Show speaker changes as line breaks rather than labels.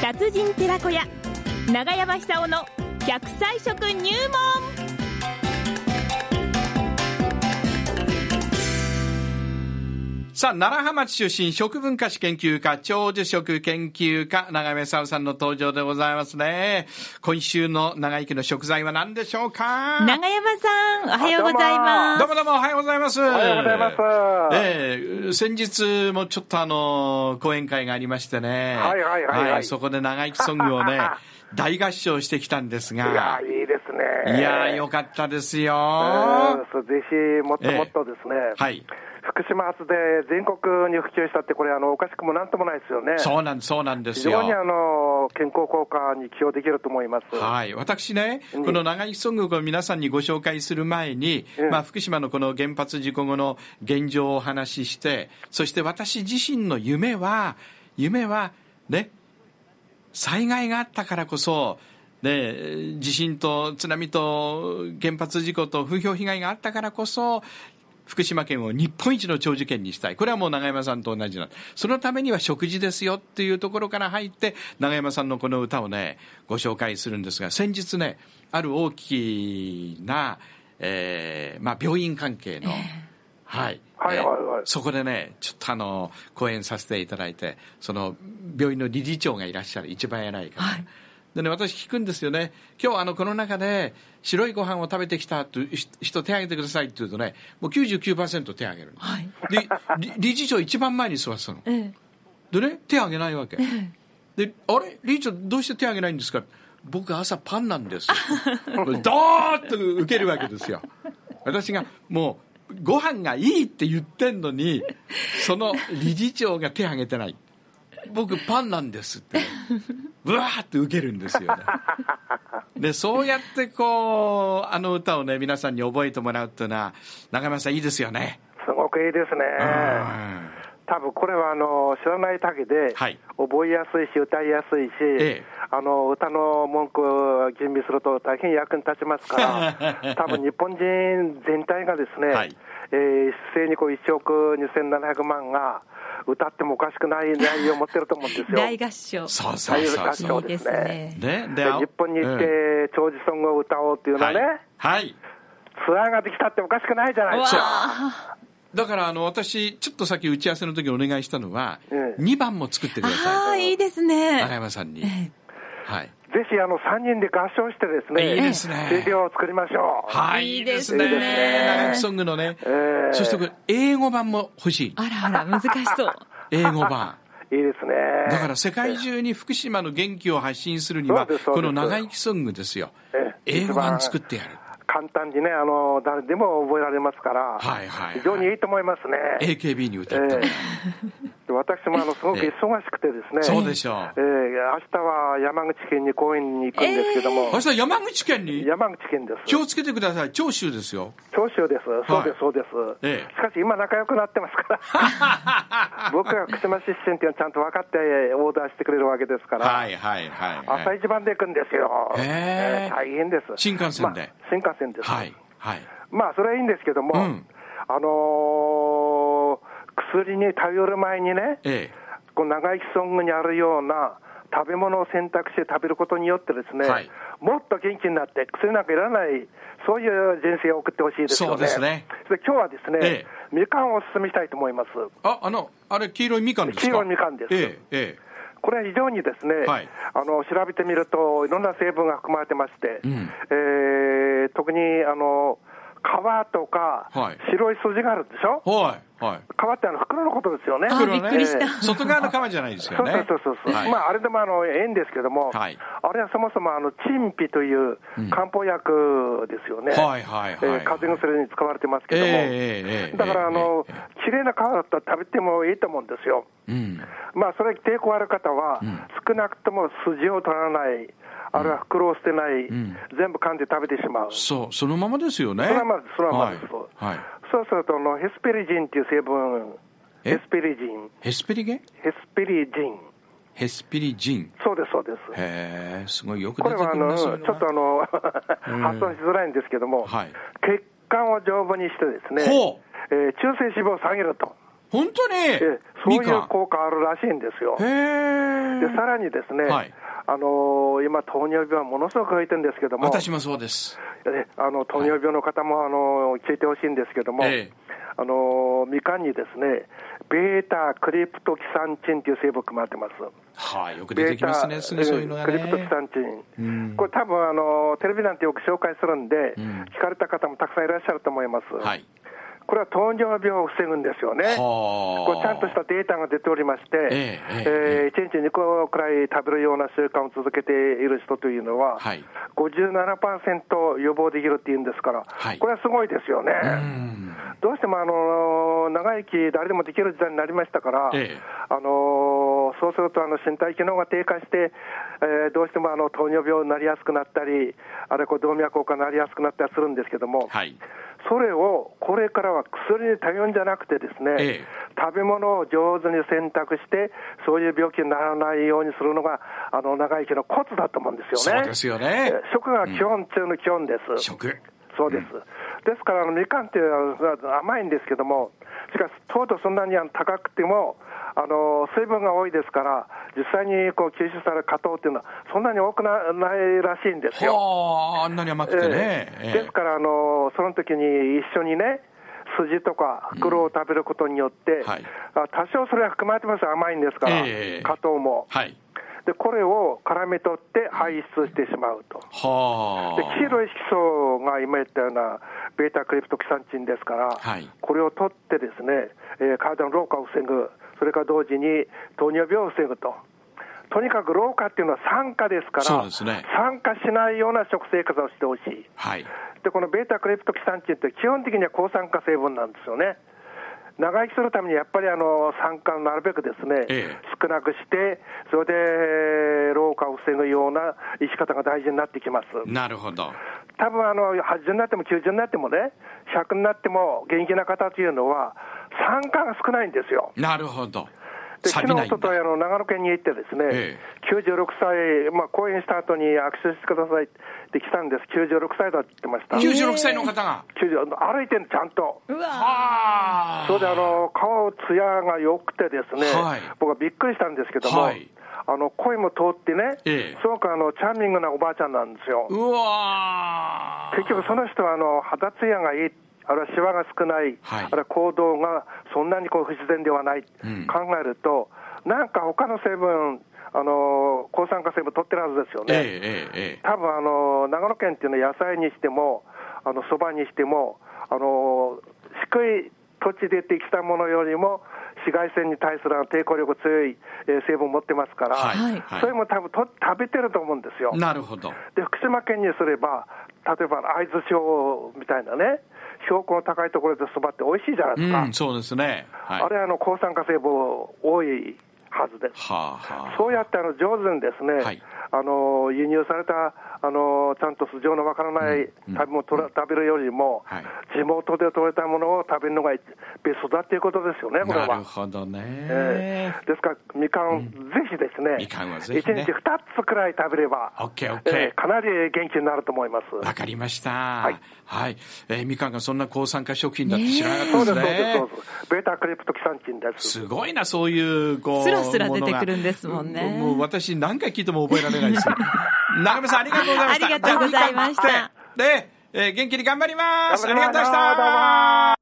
達人寺子屋長山久夫の百歳食入門
さあ、奈良浜町出身、食文化史研究家、長寿食研究家、長山沙夫さんの登場でございますね。今週の長生きの食材は何でしょうか
長山さんおはようございます
どうもどうもおはようございます。お
おはようございます。は
ええ先日もちょっとあの、講演会がありましてね。
はいはいはいはい
そこで長生きソングを ね、大合唱してきたんです
いや
が。
ー、いいです
い
ね。
やー、よかったですよ。
うん
は
そうぜひ、もっともっとですね、
い。
福島発で全国に普及したって、これあの、おかしくもなんともないですよね。
そうなん、そうなんで
非
すよ。
常にあの健康効果に寄与できると思います。
はい。私ね、
うん
この長生きソングを皆さんにご紹介する前に、
うん
まあ、福島のこの原発事故後の現状をお話しして、そして私自身の夢は、夢は、ね、災害があったからこそ、ね、地震と津波と原発事故と風評被害があったからこそ、福島県を日本一の長寿県にしたい。これはもう長山さんと同じなんそのためには食事ですよっていうところから入って、長山さんのこの歌をね、ご紹介するんですが、先日ね、ある大きな、えーまあ病院関係の、はい。
はいはいはい
そこでね、ちょっとあの、講演させていただいて、その、病院の理事長がいらっしゃる、一番偉い方。でね、私聞くんですよね。今日あの、この中で、白いご飯を食べてきたというひ人手を挙げてくださいって言うとね、もう99%手を挙げるの。
はい
で、理理事長一番前に座ってたの。
ええ
でね、手を挙げないわけ。で、あれ理事長どうして手を挙げないんですか僕朝パンなんです。ドーッと受けるわけですよ。私がもうご飯がいいって言ってんのに、その理事長が手を挙げてない。僕パンなんですって、うわーって受けるんですよね。でそうやってこうあの歌をね皆さんに覚えてもらうっていうのは中山さんいいですよね。
すごくいいですね。
うん
多分これはあの知らないだけで、
はい
覚えやすいし、歌いやすいし、
ええ
あの歌の文句を吟味すると大変役に立ちま すから、多分日本人全体がですね、
はい
えー一斉にこう1億2700万が歌ってもおかしくない内容を持ってると思うんですよ。
大合唱
そうそうそうそ
そう
いいで
ですす
ね
ね
う。ね
で日本に行って
うん、
長寿ソングを歌おうっていうのはね、
はいはい
ツアーができたっておかしくないじゃないですか。
わ
だからあの私ちょっとさっき打ち合わせの時お願いしたのは、
ええ
二2番も作ってくだ
あ
さ
あいいです
い中
ね
山さんに、
え
はい、
ぜひあの3人で合唱してですね、
いいですね
CD を作りましょう。
は
い
い
いです
ね
いいです長生きソングのね、
ええ
そしてこれ英語版も欲しい
あらあら難し そう
英語版
いいですね。
だから世界中に福島の元気を発信するには、
そうですそう
こ
です
の長生きソングですよ
え。え
英語版作ってやる。
簡単にね、あの、誰でも覚えられますから、
はいはいはい
非常にいいと思いますね。
AKB に歌ってもらう
えで私もあの、すごく
ええ
忙しくてですね。
そうでしょう
ええ明日は山口県に公演に行くんですけども、
明日山口県に
山口県で
気
す。
をつけてください。長州ですよ。
長州です。そうです、そうです。
ええ
しかし今仲良くなってます から。僕が福島出身っていうのはちゃんと分かってオーダーしてくれるわけですから。
はいはいはい、
朝
はい。
一番で行くんですよ。
へえ
ええ大変です。
新幹線で
まあ新幹線です。
はいはい。
まあ、それはいいんですけども、
うん
あのー薬に頼る前にね、
ええ。
この長生きソングにあるような食べ物を選択して食べることによってですね、
はい
もっと元気になって、薬なんかいらない、そういう人生を送ってほしいですよね。
そうですね
で今日はですね、
え
みかんをお勧めしたいと思います。
あ、あの、あれ、黄色いみかんですか
黄色いみかんです
ええ、え
これは非常にですね、
はい
あの調べてみると、いろんな成分が含まれてまして、
うん
えー特にあの皮とか、
はい
白い筋があるでしょ
え。、はい、はい。
皮ってあの袋のことですよね。
あ
袋ね
びっくりした
ええ外側の皮じゃないです
そう
よね。
そうそうそう、
はい
まあ、あれでもあのええんですけども、
はい
あれはそもそもあの陳皮という漢方薬ですよね、
はいはいはいはい
えー風邪薬に使われてますけども、
ええええええ
だからあの、
ええ
綺麗な皮だったら食べてもいいと思うんですよ。
うん。
まあ、それ抵抗ある方は、少なくとも筋を取らない、あるいは袋を捨てない、全部噛んで食べてしまう。そ
そう、そのままですよね。
れはまず、それはまずそう。
はい。はい、
そうすると、あのヘスペリジンっていう成分、
え
ヘスペリジン、
ヘスペリゲ
ヘスペリジン、
ヘスピリジン。
そうです、そうです。
へえ、すごいよく
こ
出
れ
てくる
は
な
あの、ち
そう
ょ
いう
っ
のが
とあの、発想しづらいんですけども、
はい
血管を丈夫にしてですね、
ほう
えー中性脂肪を下げると、
本当に
えーそういう効果あるらしいんですよ。
へえ。
でさらにですね、
はい
あの今、糖尿病はものすごく増えてるんですけども、
私もそうです。
えあの糖尿病の方も、あの聞いてほしいんですけども、
ええ
あのみかんにですね、ベータクリプトキサンチンという成分含まれてます。
はい、よく出
ベ
て
ー
きます
タ
ね、そう
ええ
いうのが
クリプトキ
ね。
サンチ
うん
ン、これ、多分あのテレビなんてよく紹介するんで、聞かれた方もたくさんいらっしゃると思います。
はい。
これは糖尿病を防ぐんですよね。これちゃんとしたデータが出ておりまして、
えええ
え1日2個くらい食べるような習慣を続けている人というのは、
はい
57%予防できるっていうんですから、
はい
これはすごいですよね。
うん
どうしてもあの長生き、誰でもできる時代になりましたから、
ええ
あのそうするとあの身体機能が低下して、えーどうしてもあの糖尿病になりやすくなったり、あれこう動脈硬化になりやすくなったりするんですけども、
はい。
それをこれからは薬に頼んじゃなくてですね、
ええ
食べ物を上手に選択して、そういう病気にならないようにするのが、あの長生きのコツだと思うんですよ
そ
ね。
うですよね。
え食が基本中の基本です。
食。
そうです。ですから、あのみかんっていうのは甘いんですけども、しかし糖度そんなにあの高くても、あの水分が多いですから、実際にこう吸収される果糖っていうのは、そんなに多くなないらしいんですよ。
はあ、あんなに甘くてね。
え
え
えですから、あのその時に一緒にね、筋とか袋を食べることによって、
はい
あ多少それは含まれてます、甘いんですから、
ええ
果糖も
はい。
で、これを絡め取って排出してしまうと。
は
で
あ。
黄色い色素が今言ったようなベータクリプトキサンチンですから、
はい
これを取ってですね、えー体の老化を防ぐ、それから同時に糖尿病を防ぐと。とにかく老化っていうのは酸化ですから、
そうですね
酸化しないような食生活をしてほしい。
はい。
で、このベータクリプトキサンチンって基本的には抗酸化成分なんですよね。長生きするためにやっぱりあの酸化をなるべくですね、
ええ
少なくして、それで老化を防ぐような生き方が大事になってきます。
なるほど。
多分あの80になっても90になってもね、100になっても元気な方というのは、酸化が少ないんですよ。
なるほど。
で
錆
昨
び
日、
な
お
いん
ととい
だ。
あの長野県に行って、ですね、
え
96歳、まあ、講演した後に握手してくださいって来たんです、96歳だって言ってました、
90
96歳の方が。
90歩いてるちゃんと、
うわ
はあ。
それであの顔、つやが良くてですね、
はい
僕はびっくりしたんですけども、
はい
あの声も通ってね、
ええ
すごくあのチャーミングなおばあちゃんなんですよ。
うわあ
結局その人はあの肌ツヤがいい、あるいはシワが少ない、
はい
あるいは行動がそんなにこう不自然ではない、
ん
考えると、なんか他の成分、あの抗酸化成分取ってるはずですよ
ええ
ね。
ええええ。
多分あの長野県っていうのは野菜にしても、あのそばにしても、あの低い土地でできたものよりも、紫外線に対するあの抵抗力強いえー成分を持ってますから、
はいはい
それも多分と食べてると思うんですよ。
なるほど。
で福島県にすれば、例えば会津町みたいなね、標高の高いところでそばって美味しいじゃないですか、
うん、そうですね。はい。
あれはあの抗酸化成分多いはずです。
はあはあ。
そうやってあの上手にですね、
はい
あの輸入されたあのちゃんと素性のわからない食べ物をとら食べるよりも、
はい
地元で採れたものを食べるのがベストだっていうことですよね、これ
な
は
る。ほどね、
ええですから、みかん、ぜひですね、
みかんはぜひね
1日2つくらい食べれば、
オッケーオッケー
ええかなり元気になると思います。
わかりました。はいい、えーみかんがそんな抗酸化食品だって知らなか
そ
っ
うで
たで
す、そう
す
です、
ね
そう。です。ベータクリプトキサンチンです。
すごいな、そういう、こう。
スラスラ
ものが
出てくるんですもんね
もう私何回聞いても覚えられないですよ。中村さん、ありがとうございました。
ありがとうございました
じゃあみかん食べてで、えー元気に頑張ります。あ
頑
りが
張り
とうございました。
どうも